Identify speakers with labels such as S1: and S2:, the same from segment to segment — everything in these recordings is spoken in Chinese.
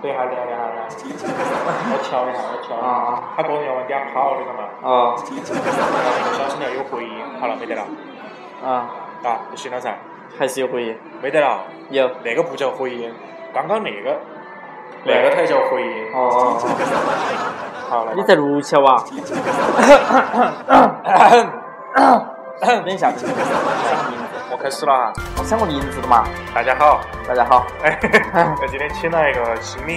S1: 对好，对好，对好， 对好。我敲一下，我敲一下。
S2: 啊
S1: 他跟我讲往底下抛那个嘛，
S2: 啊
S1: 小声点有回音。好了，没得了。
S2: 啊，
S1: 啊，就行了噻，
S2: 还是有回音，
S1: 没得了。
S2: 有。
S1: 那个不叫回音，刚刚那个，那个才叫回音。
S2: 哦哦哦，
S1: 好了，
S2: 你在啊录起哇？等一下，等一下
S1: 我开始了哈。
S2: 我想个名字的嘛。
S1: 大家 好，
S2: 大家好，
S1: 哎，那今天请了一个新的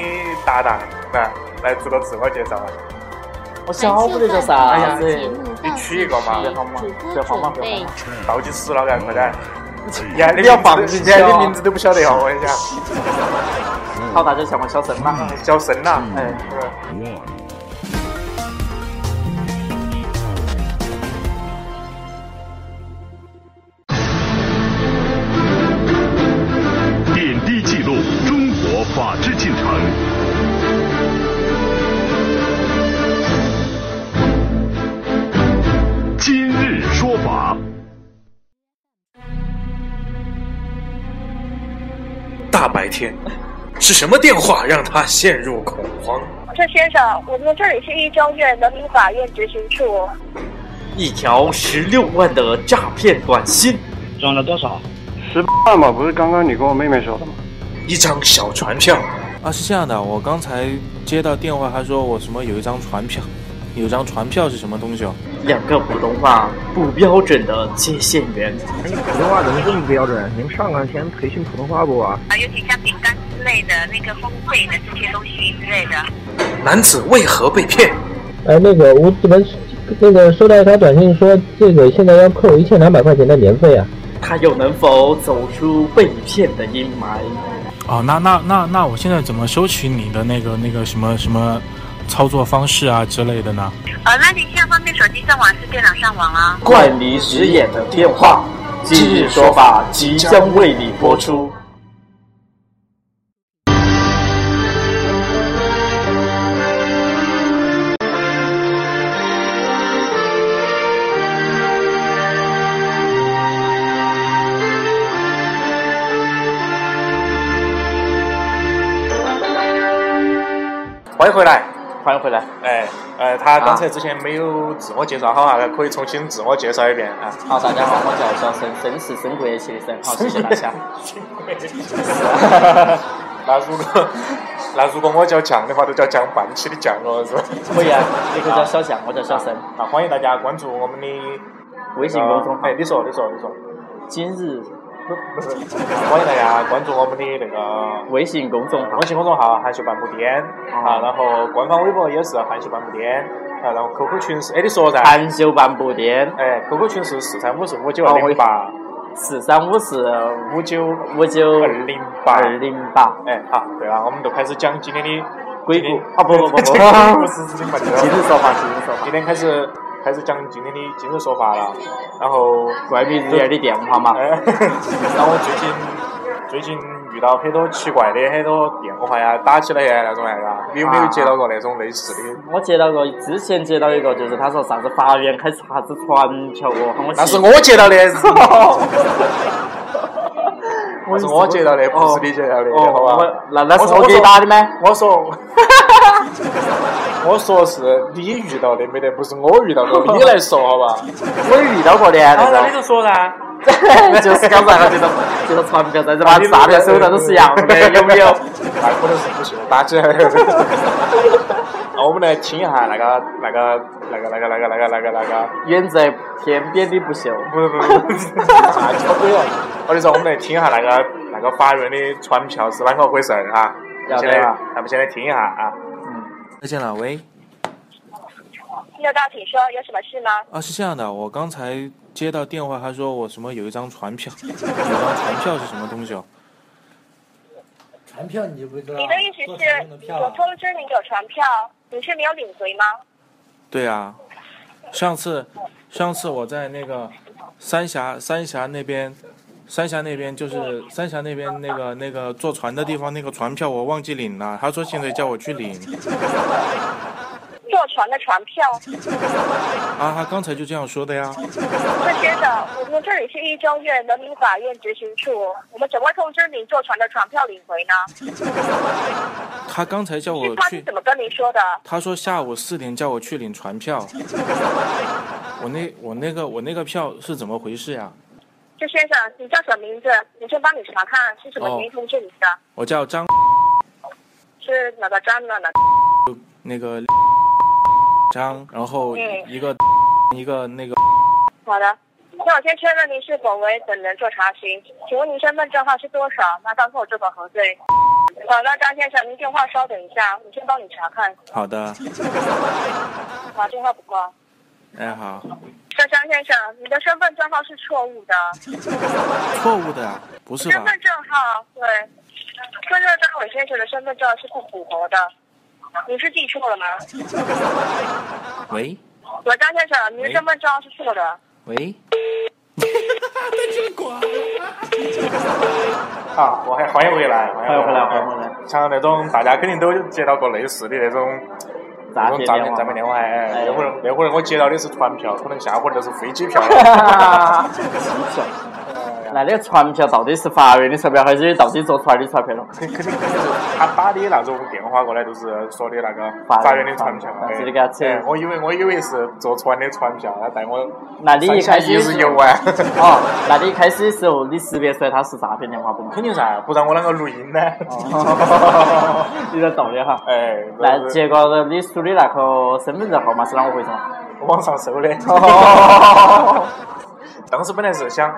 S1: 搭档来来做个自我介绍。
S2: 我晓不得叫
S3: 哎
S2: 啥子，
S1: 你取一个嘛
S2: 好吗？这好吗？不要慌
S1: 倒计时了，该快点！你
S2: 吗？
S1: 看嗯你名
S2: 不要
S1: 字
S2: 放进去
S1: 你看
S2: 啊
S1: 你名字都不晓得哈，哦我跟你讲，
S2: 好，大家叫我小生嘛。
S1: 小生嗯呐。
S2: 哎，
S4: 点滴记录中国法治进程。今日说法，
S1: 大白天，是什么电话让他陷入恐慌？
S5: 这先生，我们这里是一中院人民法院执行处。
S2: 一条十六万的诈骗短信，
S6: 转了多少？
S7: 十八万吧，不是刚刚你跟我妹妹说的吗？
S1: 一张小船票，
S8: 啊，是这样的，我刚才接到电话，他说我什么有一张船票，有张船票是什么东西哦？
S2: 两个普通话不标准的接线员，
S9: 你普通话怎么这么不标准？你们上岗前培训普通话不啊？
S5: 啊，尤其像饼干之类的、那个风味的这些东西之类的。
S1: 男子为何被骗？
S9: 哎，那个我怎么那个收到一条短信说这个现在要扣一千两百块钱的年费啊？
S2: 他又能否走出被骗的阴霾？
S8: 哦，那那那那我现在怎么收取你的那个那个什么什么操作方式啊之类的呢？
S5: 呃，那你现在方便手机上网是电脑上网啊？
S2: 冠你直眼的电话，今日说法即将为你播出。
S1: 欢迎回来。
S2: 欢迎回来。
S1: 哎，呃，
S8: 啊
S1: 他刚才之前没有自我介绍好啊，可以重新自我介绍一遍 啊。
S2: 好，大家好，我叫小生，生是生国旗的生。好，谢谢大 家。
S1: 那如果那如果我叫酱的话，都叫酱半起的酱了，是吧？
S2: 可以啊，你可以叫小蒋，我叫小生。
S1: 啊，欢迎大家关注我们的
S2: 微信公众号
S1: 哎，你说，你说，你说。
S2: 今日
S1: 不是，欢迎大家关注我们的那个
S2: 微信公众号
S1: 微信公众号“含蓄半步颠”
S2: 哦
S1: 啊，然后官方微博也是“含蓄半步颠”啊，然后 QQ 群是哎，你说噻？
S2: “含羞半步颠
S1: 哎，QQ 群是四三五四五九
S2: 哦
S1: 二零八”，
S2: 四三五四
S1: 五九
S2: 五九
S1: 二零八
S2: 二零八。
S1: 哎，好，对了，我们就开始讲今天的
S2: 硅谷啊，不不不不，
S1: 今天 不是今天
S2: 今日说法，今日说法
S1: 啊今。天开始开始讲今天的今日说法了，然后
S2: 怪米日眼的电话嘛，
S1: 哎，然后最近最近遇到很多奇怪的很多电话呀，啊打起来呀那种来嘎，你有没有接到过那种类似的？
S2: 我接到过，之前接到一个，就是他说啥子法院开啥子传票哦，喊我
S1: 那是
S2: 去
S1: 我接到的，
S2: 我
S1: 那是 我接到的，不是你接到的，
S2: 哦，
S1: 好吧？
S2: 我那那
S1: 我
S2: 是
S1: 说
S2: 我给你打的吗？
S1: 我 说，我说是你遇到的没得，不是我遇到的， 你来说好吧？
S2: 我也遇到过的
S1: 啊
S2: 呀，那种
S1: 就说 噻。
S2: 就是刚才那这种这种传票在 这把诈骗手段都是一样的，有没有？
S1: 那可能是哎不行，打起来了。那 我们来听一下那个、那个、那个、那个、那个、那个、那个、那个，
S2: 远在天边的 不朽，
S1: 不是不是不是，那扯鬼了。我就说我们来听一下那个那个法院的传票是啷个回事儿哈。
S2: 要
S1: 先
S2: 得
S1: 来
S2: 啊，
S1: 咱们先来听一下啊。
S8: 再见了，喂。
S5: 听得到，请说，有什么事吗？
S8: 啊，是这样的，我刚才接到电话，他说我什么有一张船 票，有一张船票是什么东西哦？
S9: 传票你就不知道
S5: 你的意思是，我通知你有传票，你是没有领回吗？
S8: 对啊，上次上次我在那个三峡三峡那边，三峡那边就是三峡那边那个那个坐船的地方，那个船票我忘记领了，他说现在叫我去领，
S5: 坐船的船票。
S8: 啊，他刚才就这样说的呀。
S5: 这先生，我们这里是一中院人民法院执行处，我们怎么会通知你坐船的船票领回呢？
S8: 他刚才叫我
S5: 对方是
S8: 去
S5: 怎，么跟你说的？
S8: 他说下午四点叫我去领船 票。我那我那个我那个票是怎么回事呀、
S5: 这先生，你叫什么名字？我先帮你查看是什么原因通知你的，
S8: 我叫张，
S5: 是哪个张的哪个？
S8: 那 个张，然后
S5: 嗯
S8: 一个一个那个
S5: 好的，那我先确认您是否为本人做查询，请问您身份证号是多少？那告诉我是否核对。好的，张先生，您电话稍等一下，我先帮你查看。
S8: 好的，
S5: 好，电话不挂。
S8: 哎好，
S5: 这张先生，你的身份证号是错误的，
S8: 错误的呀，不是
S5: 身
S8: 吧？
S5: 份证号对，跟这张伟先生的身份证是不符合的。你是记错了吗？
S8: 喂
S5: 我张先生，您的身份证号是错的。
S8: 喂，
S1: 啊，我还欢迎回来，欢
S2: 欢迎回来，欢迎
S1: 迎
S2: 回来。
S1: 像那种大家肯定都接到过类似的那种
S2: 诈
S1: 那种
S2: 骗
S1: 诈骗
S2: 电话
S1: 诈 骗电话，哎，
S2: 哎
S1: 那会儿那会儿我接到的是船 票，可能下会儿就是飞机票。
S2: 哈哈哈！机票。那那个船票到底是法院的船票，还是到底坐船的船票了？
S1: 肯肯定肯定是他打的那种电话过来，就是说的那个
S2: 法院
S1: 法院的传票，哎
S2: 直接给他扯
S1: 哎我以为我以为是坐船的船票，他带我
S2: 那你一开始
S1: 一啊日游玩，
S2: 哦，那你一开始的时候你识别出来他是诈骗电话不 嘛？
S1: 肯定噻，不然我啷个录音呢？
S2: 有点道理哈。
S1: 哎，
S2: 那
S1: 这
S2: 结果呢你输的那个身份证号码是啷个回 事嘛？
S1: 网上搜的。 当时本来是想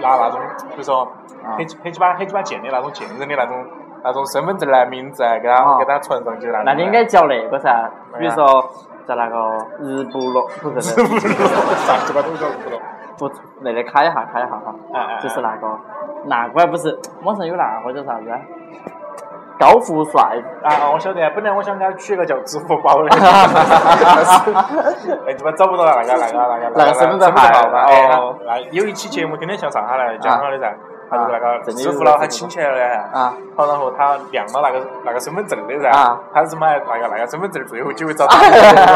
S1: 拿那种，比如说
S2: 啊
S1: 很很鸡巴很鸡巴贱的那种贱人的那种那种身份证来名字来啊给他
S2: 哦
S1: 给他传上去那种。
S2: 那你应该叫那个噻，比
S1: 对
S2: 如
S1: 啊
S2: 说在那个日不落，不是
S1: 不是 啥鸡巴都叫 不懂。
S2: 不是那个卡一下，卡一下哈
S1: 哎哎哎，
S2: 就是那个那个不是网上有那个叫啥子啊？高富帅
S1: 啊，我晓得，本来我想给他取一个叫支付宝的， 但是 哎，怎么找不到那个那个那个
S2: 那个身份证号
S1: 号码？哎，
S2: 哦
S1: 那那有一期节目天天向上他来讲他的噻，他就是那个支付
S2: 啊
S1: 了他请起来了，
S2: 啊！
S1: 好，然后他亮了那个那个身份证的噻
S2: 啊，
S1: 他是买那个那个身份证最后就会找 到，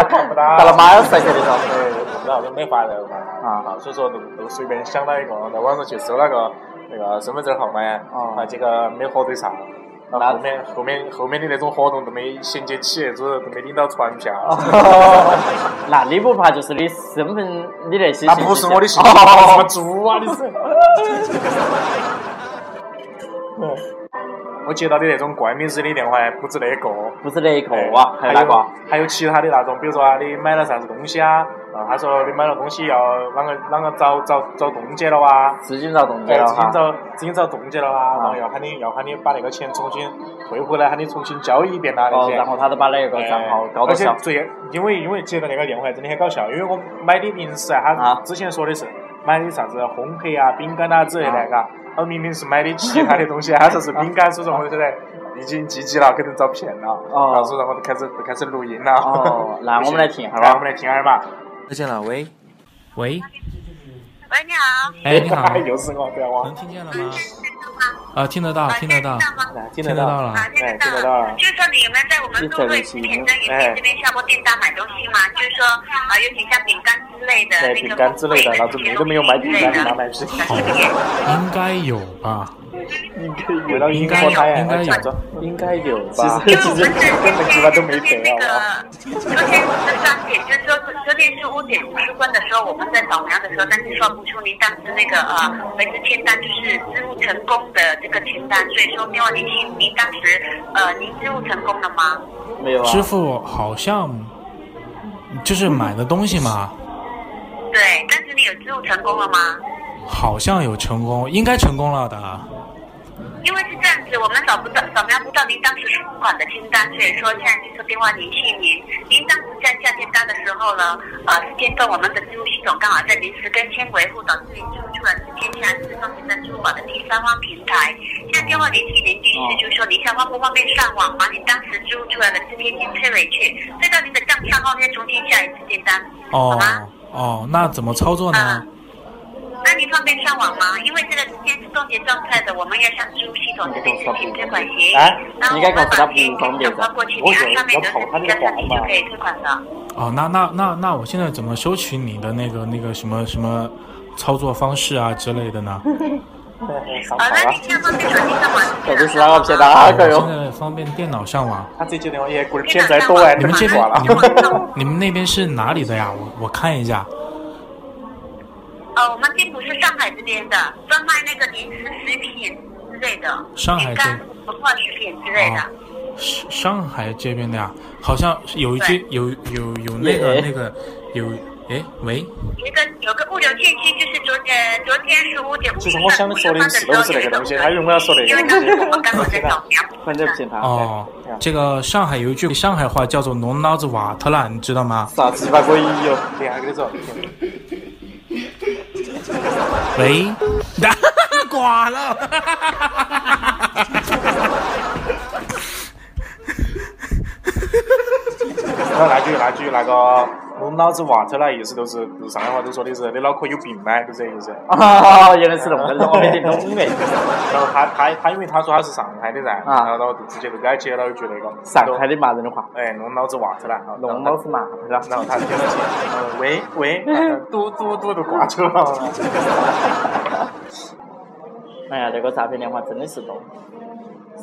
S1: 看不到，
S2: 到了马尔赛克的时候，
S1: 哎，看不到都没法了嘛，啊，所以说都都随便想到一个，在网上去搜那个那个身份证号码，啊，结果没核对上。然后后面后面后面的那种活动都没衔接起，就是都没领到船票。
S2: 那你不怕就是你身份你那 些
S1: 那
S2: 信息
S1: 不是我的信息，什么
S2: 哦
S1: 猪啊你是？ 嗯我接到的那种怪名字的电话不止那一个，
S2: 不是那一个
S1: 哎
S2: 哇，还有哪个啊？？
S1: 还有其他的那种，比如说啊，你买了啥子东西啊？啊，他说你买了东西要啷个啷个找找找冻结了啊？
S2: 资金遭冻结
S1: 哎，
S2: 了
S1: 资金
S2: 哈，
S1: 遭资金遭冻结了啊，然后要喊你要喊你把那个钱重新退回来，喊你重新交易一遍呐那
S2: 哦，
S1: 些。
S2: 然后他就把那个账号搞
S1: 而
S2: 到
S1: 且
S2: 小，
S1: 最因为因为接到那个电话真的很搞笑，因为我买的零食啊，他
S2: 啊
S1: 之前说的是买的啥子烘焙啊、饼干啊之类的，嘎、他明明是买的其他的东西，他说是 饼干，所以说我就觉得已经积极了，肯定遭骗了，
S2: 哦
S1: 然后所以说我就开始就开始录音了。
S2: 哦那我们来听一下吧
S1: 来我们来听下儿嘛。
S8: 再见了，喂，
S6: 喂，
S5: 喂，你好，
S6: 哎，你好，
S1: 又是我，不要忘
S6: 能
S1: 了。
S6: 听见了吗？
S5: 听
S6: 啊，听得到，听得到，
S5: 吗？
S1: 听
S6: 听得到了。
S5: 啊，
S1: 哎
S5: 听
S1: 听得到
S5: 得到
S1: 了
S5: 了。就是说你们在我们杜瑞甜点店这边下过订单买东西嘛，就是说啊，尤其像饼干之类的，
S1: 哎，饼干之类的，老子你都没有买饼干，你拿买皮。
S6: 好，
S5: 哦
S6: 应该有吧？
S1: 为了迎合他呀，
S6: 应该有
S1: 假装
S2: 应该有吧？
S1: 其
S5: 因
S1: 实
S5: 为我
S1: 其
S5: 们是
S1: 实根本鸡巴都没
S5: 今
S1: 得
S5: 天
S1: 啊！哦
S5: 那个，昨天是三点，就是说是昨天是五点五十分的时候，我们在扫描的时候，但是算不出您当时那个呃维持签单就是支付成功的这个签单，所以说没有联系您当时呃您支付成功了吗？
S2: 没有啊？
S6: 支付好像就是买的东西嘛，
S5: 对，当时你有支付成功了吗？
S6: 好像有成功，应该成功了的。
S5: 因为是这样子，我们找不到扫描不到您当时付款的清单，所以说现在就是电话联系您。您当时在下订单的时候呢，呃，时间段我们的支付系统刚好在临时更新维护，导致您支付出来时间竟然是放在支付宝的第三方平台。现在电话联系您第一次就是说您想方不方便上网，把你当时支付出来的直接先退回去，退到您的账上后再重新下一次订单，好
S6: 哦
S5: 吗？
S6: 哦，那怎么操作呢？
S1: 啊
S5: 那您方便上网吗？因为这个时间是冻结状态的，我们要向支付系统这边申请退款协议。
S1: 哎
S5: 然后我们把协议转发过去，你按上面的指示加上你就可以退款了。
S6: 哦，那那那那我现在怎么收取你的那个那个什么什么操作方式啊之类的呢？
S1: 好
S5: 呃，那
S1: 了
S5: 你，下方再转接上网址。
S2: 到底是哪个骗
S1: 啊
S2: 哪个
S6: 呃现
S2: 哟？
S6: 在方便电脑上网。
S1: 他这几天我也滚骗在多哎，
S6: 你
S1: 们
S6: 们这
S1: 记
S6: 边
S1: 错了
S6: 你。们你们那边是哪里的呀？我我看一下。
S5: 呃，我们并不是上海这边的，专卖那个零食食品之类的，
S6: 上海
S5: 饼
S6: 这
S5: 干、不错食品之类的。
S6: 啊上上海这边的呀，好像有一句有有有那
S2: 耶
S6: 个那个有哎喂，
S5: 有一个有个物流信息，就是昨呃昨天十五点五
S1: 其实我想说的是都是那个东西，他为什么要说那
S5: 因为
S1: 个
S5: 当
S1: 东
S5: 时我们刚好
S1: 西？
S5: 在找娘
S2: 反正骗他。
S6: 哦
S1: 对啊，
S6: 这个上海有一句上海话叫做“侬脑子瓦特了”，你知道吗？
S2: 啥鸡巴鬼哟？
S1: 对，还跟你说，
S6: 喂， 挂了。
S1: 然后那句那句那个，我脑子瓦特了，意思都是就是上海话都说的是你脑壳有病吗？就这意思。
S2: 啊，原来是那么个，我没听懂哎。
S1: 然后他他他因为他说他是上海的噻，然
S2: 啊
S1: 后然后就直接就给他接了一句那个
S2: 上海的骂人的话，
S1: 哎，弄脑子瓦特了，然后
S2: 龙猫是骂不了。
S1: 然后他听了起，呃喂喂，呃嘟嘟嘟就挂掉了。
S2: 哎呀，这个诈骗电话真的是多。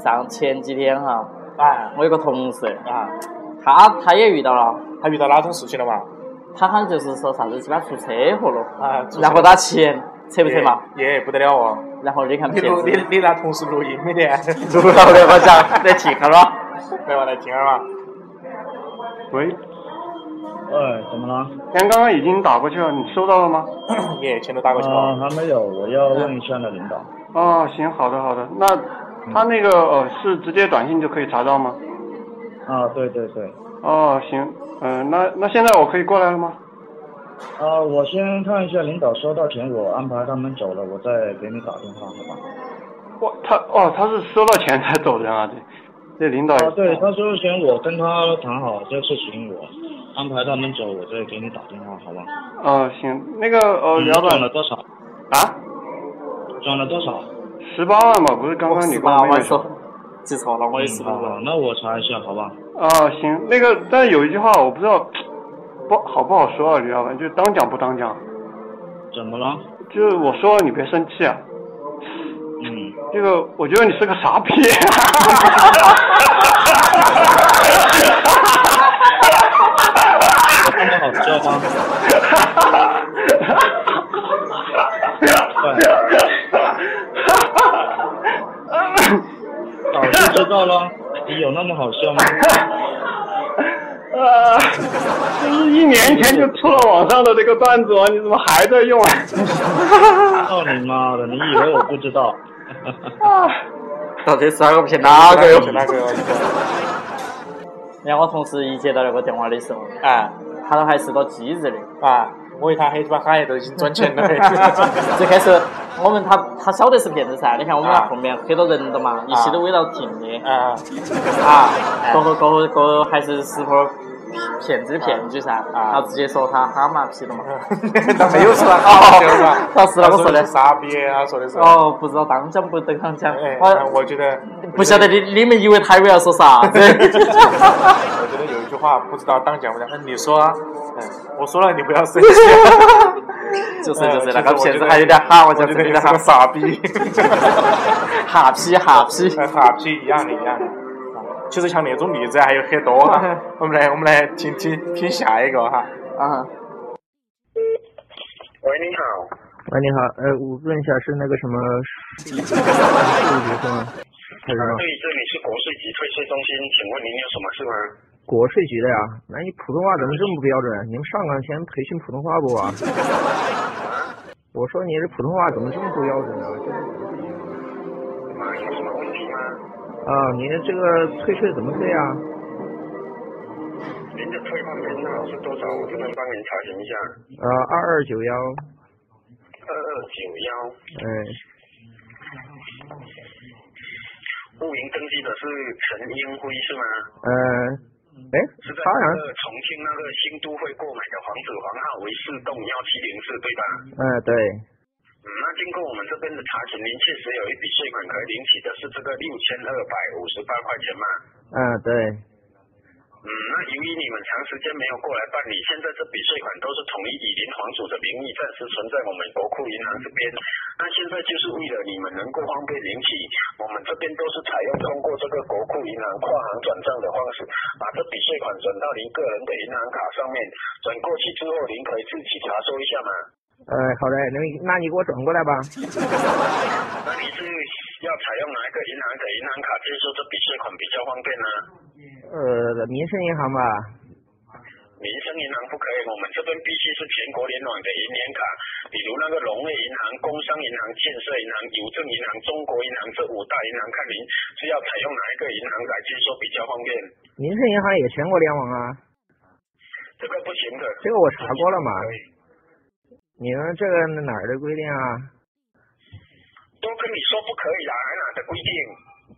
S2: 上前几天哈，
S1: 哎
S2: 我有个同事，
S1: 啊，
S2: 他他也遇到了，
S1: 他遇到哪种事情了嘛？
S2: 他好像就是说啥子鸡巴出车祸了，
S1: 啊，出事
S2: 然后打钱，扯不扯嘛？
S1: 耶，耶不得了哦！
S2: 然后你看
S1: 你
S2: 骗
S1: 录
S2: 子
S1: 你，你拿同事录音没得？
S2: 录到的我讲来听下了。
S1: 来嘛，来听下嘛。
S7: 喂，
S10: 喂，哎怎么了？
S7: 您刚刚已经打过去了，你收到了吗？
S1: 耶，钱都打过去
S10: 啊，
S1: 了。
S10: 还没有，我要问一下那领导。
S7: 哦，行，好的好的。那他那个呃是直接短信就可以查到吗？
S10: 啊，对对对，
S7: 哦，行，嗯、那那现在我可以过来了吗？
S10: 啊，我先看一下领导收到钱，我安排他们走了，我再给你打电话，好吧？
S7: 哇，他哦，他是收到钱才走人啊，这这领导也
S3: 哎
S9: 哦
S10: 啊，对，他收到钱，我跟他谈好这事情，我安排他们走，我再给你打电话，好吧？
S7: 哦，行，那个呃，
S10: 你
S7: 聊到
S10: 转
S2: 嗯
S10: 了多少？
S7: 啊，
S10: 转了多少？
S7: 十八万嘛，不是刚刚你
S2: 嗯十
S7: 跟
S2: 八
S7: 我妹
S2: 万
S7: 妹
S2: 说
S7: 说？，
S2: 记错了，我也是
S10: 嗯好吧，那我查一下，好吧？
S7: 啊、行，那个，但有一句话我不知道不好不好说啊，李老板，就当讲不当讲，
S10: 怎么了？
S7: 就是我说了你别生气啊。
S10: 嗯，
S7: 这个，我觉得你是个傻逼。
S10: 我看的好笑吗？早就哦知道了，你有那么好笑吗？
S7: 呃，就是一年前就出了网上的这个段子，你怎么还在用啊？
S10: 操你妈的！你以为我不知道？
S2: 到底是哪个骗哪个哟？
S1: 哪个哟？
S2: 然后我同事一接到那个电话的时候，
S1: 啊
S2: 他都还是个机智的。
S1: 啊！我以为他黑鸡巴哈也都已经赚钱了。
S2: 最开始我们他他晓得是骗子噻，你看我们
S1: 啊
S2: 那后面很多人的嘛，一起都围绕停的
S1: 啊，
S2: 啊，过后过后过后还是识破骗子的骗局噻，
S1: 啊
S2: 然后直接说他哈麻皮了嘛，
S1: 他没有说他
S2: 哦
S1: 就是吧？
S2: 他是那个
S1: 他
S2: 说的
S1: 是傻逼，他说的是。
S2: 哦，不知道当讲不得当讲，
S1: 哎，那
S2: 我
S1: 我觉得
S2: 不晓得你你们以为他以为要说啥 子？
S1: 我觉得有一句话不知道当讲不讲，嗯你说啊，嗯，我说了你不要生气。
S2: 就是
S1: 哎
S2: 呃就
S1: 其
S2: 是
S1: 实
S2: 那个
S1: 我觉
S2: 骗子
S1: 得
S2: 还有点哈，我
S1: 我
S2: 觉
S1: 觉
S2: 得
S1: 得
S2: 有
S1: 你
S2: 点
S1: 是
S2: 哈
S1: 个傻逼，
S2: 哈皮哈皮，
S1: 跟傻逼一样的一样的。其实像那种例子啊还有很多哈，
S2: 嗯
S1: 我们来我们来听听听下一个哈。
S2: 啊，
S3: 喂，你好，
S10: 喂，你好，呃，我问一下是那个 什么数学是吗？还是什么
S3: 对，这里是国税局退税中心，请问您有什么事吗？
S10: 国税局的呀？那你普通话怎么这么不标准？你们上岗前培训普通话不啊？我说你这普通话怎么这么不标准啊？
S3: 啊，有什么问题吗？
S10: 啊，你这个退税怎么退啊？
S3: 您的退换编号是多少？我这边帮您查询一下，
S10: 呃，二二九幺，
S3: 二二九幺。
S10: 哎，
S3: 户名登记的是陈英辉是吗？
S10: 呃，哎，
S3: 是在
S10: 他好像
S3: 那个重庆那个新都会购买的房子房号为四栋幺七零四，对吧？
S10: 呃，对，
S3: 嗯，那经过我们这边的查询，您确实有一笔税款可以领取的是这个六千二百五十八块钱嘛？
S10: 嗯、对，
S3: 啊，嗯，那由于你们长时间没有过来办理，现在这笔税款都是统一以林皇族的名义暂时存在我们国库银行这边。那现在就是为了你们能够方便领取，我们这边都是采用通过这个国库银行跨行转账的方式，把这笔税款转到您个人的银行卡上面。转过去之后，您可以自己查收一下嘛。
S10: 呃，好的，那你那你给我转过来吧。
S3: 那你是要采用哪一个银行的银行卡接收这笔税款比较方便啊呢？
S10: 呃，民生银行吧。
S3: 民生银行不可以，我们这边必须是全国联网的银联卡，比如那个农业银行、工商银行、建设银行、邮政银行、中国银行这五大银行，看您是要采用哪一个银行来接收比较方便。
S10: 民生银行也全国联网啊，
S3: 这个不行的，
S10: 这个我查过了嘛。你们这个哪儿的规定啊？
S3: 都跟你说不可以啦，还哪的规定？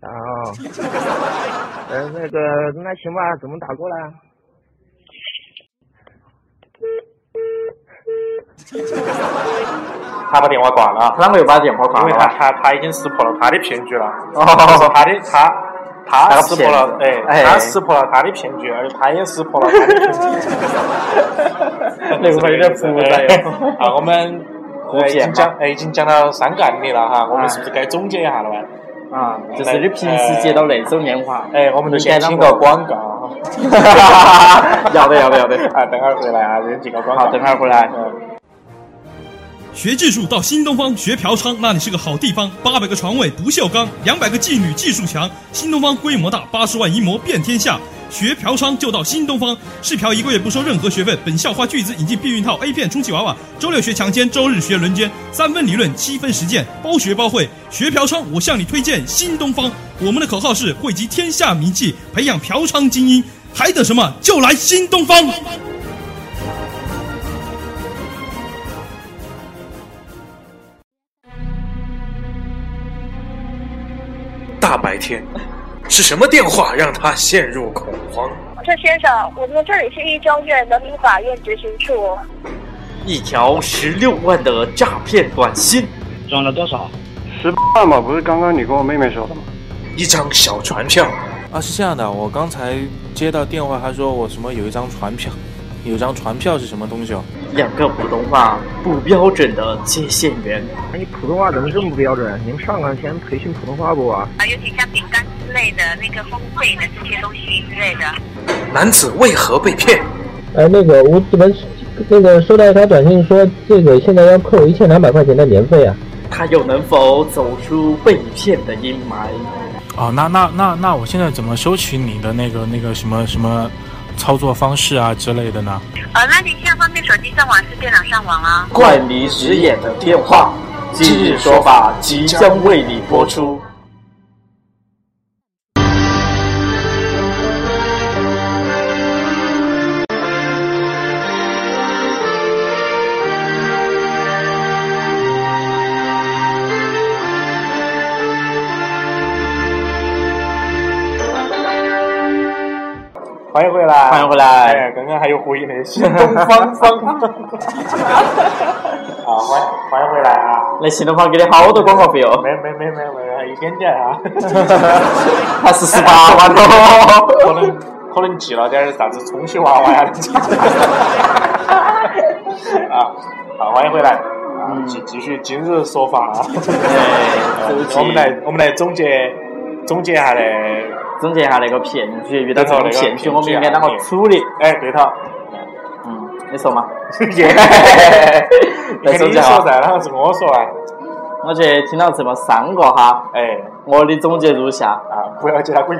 S10: 啊、哦，呃，那个那行吧，怎么打过来啊？
S1: 他把电话挂了，
S2: 啷个又把电话挂
S1: 因为他
S2: 了？啊
S1: 他他已经识破了他的骗局了，
S2: 哦
S1: 就是他的他
S2: 他
S1: 他
S2: 的
S1: 识破了，
S2: 骗子
S1: 哎，
S2: 哎
S1: 他识破了他的骗局，而且他也识破了他的骗局。
S2: 那会儿有点复杂哟
S1: 哎啊，我们
S2: 互
S1: 呃已
S2: 骗
S1: 经
S2: 嘛
S1: 讲哎已经讲了三个案例了哈，我
S2: 哎
S1: 们是不是该总结一下了吧？
S2: 啊，就是你平时接到那种电话，
S1: 哎，我们就
S2: 你该
S1: 先
S2: 啷
S1: 听
S2: 个
S1: 个广告。
S2: 要的要的要的
S1: 啊，等会儿回来啊，先进个广告。
S2: 好等会儿回来
S1: 嗯
S11: 学技术到新东方，学嫖娼那里是个好地方。八百个床位不锈钢，两百个妓女技术强。新东方规模大，八十万一模遍天下。学嫖娼就到新东方，试嫖一个月不收任何学费。本校花巨资引进避孕套、A 片、充气娃娃，周六学强奸，周日学轮奸，三分理论，七分实践，包学包会。学嫖娼，我向你推荐新东方。我们的口号是汇集天下名妓，培养嫖娼精英。还等什么？就来新东方！
S12: 大白天，是什么电话让他陷入恐慌？
S13: 这先生，我们这里是一中院人民法院执行处。
S2: 一条十六万的诈骗短信，
S7: 转了多少？十万吧，不是刚刚你跟我妹妹说的吗？
S8: 一张小船票啊，是这样的，我刚才接到电话，他说我什么有一张船票，有一张船票是什么东西哦？
S2: 两个普通话不标准的接线员，
S10: 哎，你普通话怎么这么不标准？你们上岗前培训普通话不啊？
S5: 啊，尤其像饼干之类的那个风味的这些东西之类的。
S12: 男子为何被骗？
S9: 哎，那个我怎么那个收到一条短信说这个现在要扣一千两百块钱的年费啊？
S2: 他又能否走出被骗的阴霾？
S6: 哦，那那那那我现在怎么收取你的那个那个什么什么操作方式啊之类的呢？
S5: 呃，那您现在方便手机上网还是电脑上网啊？
S2: 怪你直眼的电话，今日说法即将为你播出。
S1: 欢迎回来，
S2: 欢迎回来
S1: 哎，刚刚还有回音的新东方方 啊，欢迎欢迎回来啊！
S2: 那新东方给你好多广告费哦，
S1: 没没没没没，还一点点啊！
S2: 他是十八万哦。
S1: 可能可能寄了点儿啥子充气娃娃呀、 啊，好，欢迎回来。啊，
S2: 嗯
S1: 继继续今日说法啊！
S2: 哎
S1: 呃
S2: 周琦
S1: 我们来我们来总结总结一下嘞，
S2: 总结一下那个骗局，遇到这种骗局，我们应该啷个处理？
S1: 哎，对 头。
S2: 嗯，你说嘛？
S1: 耶
S2: 来
S1: 你
S2: 总
S1: 说
S2: 结哈
S1: 噻，然后是我说啊，
S2: 我觉得听到这么三个哈，
S1: 哎，
S2: 我的总结如下：
S1: 啊，不要接他滚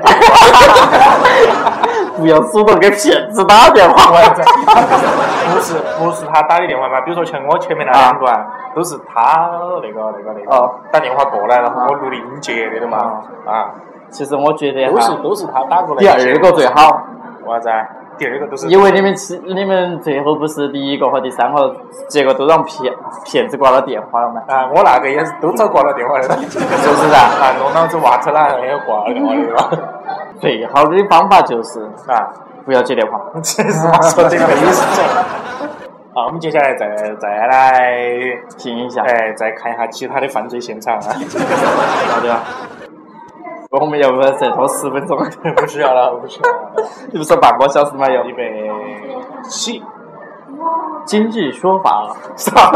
S2: 不要主动给骗子打电话。
S1: 不是不是他打的电话嘛？比如说像我前面那两个啊，都是他那个那个那个打电话过来，然后我录的音接的的嘛啊。
S2: 其实我觉得
S1: 都是
S2: 哈，
S1: 都是他打过来。
S2: 第二个最好。
S1: 为啥子？第二个都是
S2: 因为你们其你们最后不是第一个和第三个，结果都让骗骗子挂了电话了嘛？
S1: 啊，我那个也是都找挂了电 话的，是不
S2: 是噻？
S1: 啊，弄到这娃子那也挂了电话 的了。
S2: 最好的方法就是
S1: 啊，
S2: 不要接电话。
S1: 这 是我说这个意思。好，我们接下来再再来
S2: 听一下，
S1: 哎哎，再看一下其他的犯罪现场啊。
S2: 好的。我们要不要再拖十分钟？
S1: 不需要了，不需要了。
S2: 你不说半个小时吗？要
S1: 一百七。
S2: 经济说法，
S1: 啥？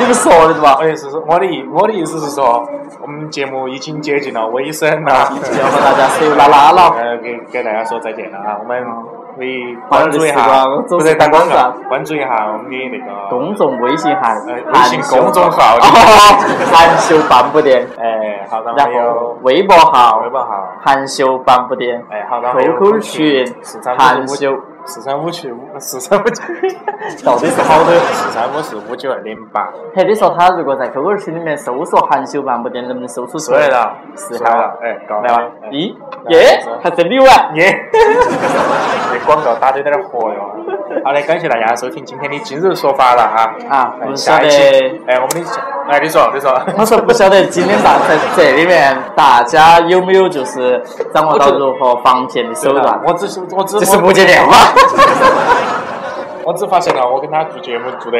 S2: 你不说的嘛？
S1: 我的意思是，我的意我的意思是说，我们节目已经接近了尾声了，
S2: 要和大家手拉拉了。
S1: 呃，给给大家说再见了啊！我们为
S2: 好
S1: 关注一下
S2: 我，
S1: 不
S2: 走
S1: 是
S2: 时
S1: 打
S2: 光
S1: 广告
S2: 了，
S1: 关注一下我们的那个
S2: 公众微信号，
S1: 微信公众号
S2: 哦含羞半步癫，
S1: 哎，好的，
S2: 然
S1: 还有
S2: 后微博号
S1: 微博号，
S2: 含羞半步癫，
S1: 哎，好的，还有
S2: QQ 群
S1: 四三
S2: 含
S1: 五
S2: 羞
S1: 九，四三五七五四三五九，
S2: 到底是好多？
S1: 四三五四五九二零八，
S2: 嘿，你说他如果在 QQ 群里面搜索“含羞半步癫”，能不能搜出出
S1: 出来了，
S2: 是
S1: 出来
S2: 哈
S1: 了，，哎，搞
S2: 来吧，
S1: 哎
S2: 咦，
S1: 耶
S2: 耶，还真有啊！
S1: 耶！这广告打得有点活哟。好嘞，感谢大家收听今天的今日说法了哈。
S2: 啊
S1: 哎
S2: 我们
S1: 下一期
S2: 说的，
S1: 哎，我们的下，哎，你说，你 说。
S2: 我说不晓得今天大在这里面大家有没有就是掌握到如何防骗的手段？
S1: 我只是我只
S2: 这是不接电话。
S1: 我只发现了，我跟他做节目做的，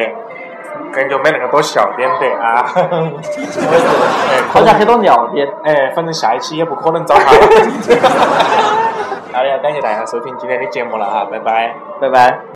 S1: 感觉没那个多笑点的啊。 哎，
S2: 好像很多尿点。
S1: 哎，反正下一期也不可能找 他了。好嘞，感谢大家收听今天的节目了哈，拜拜，
S2: 拜拜。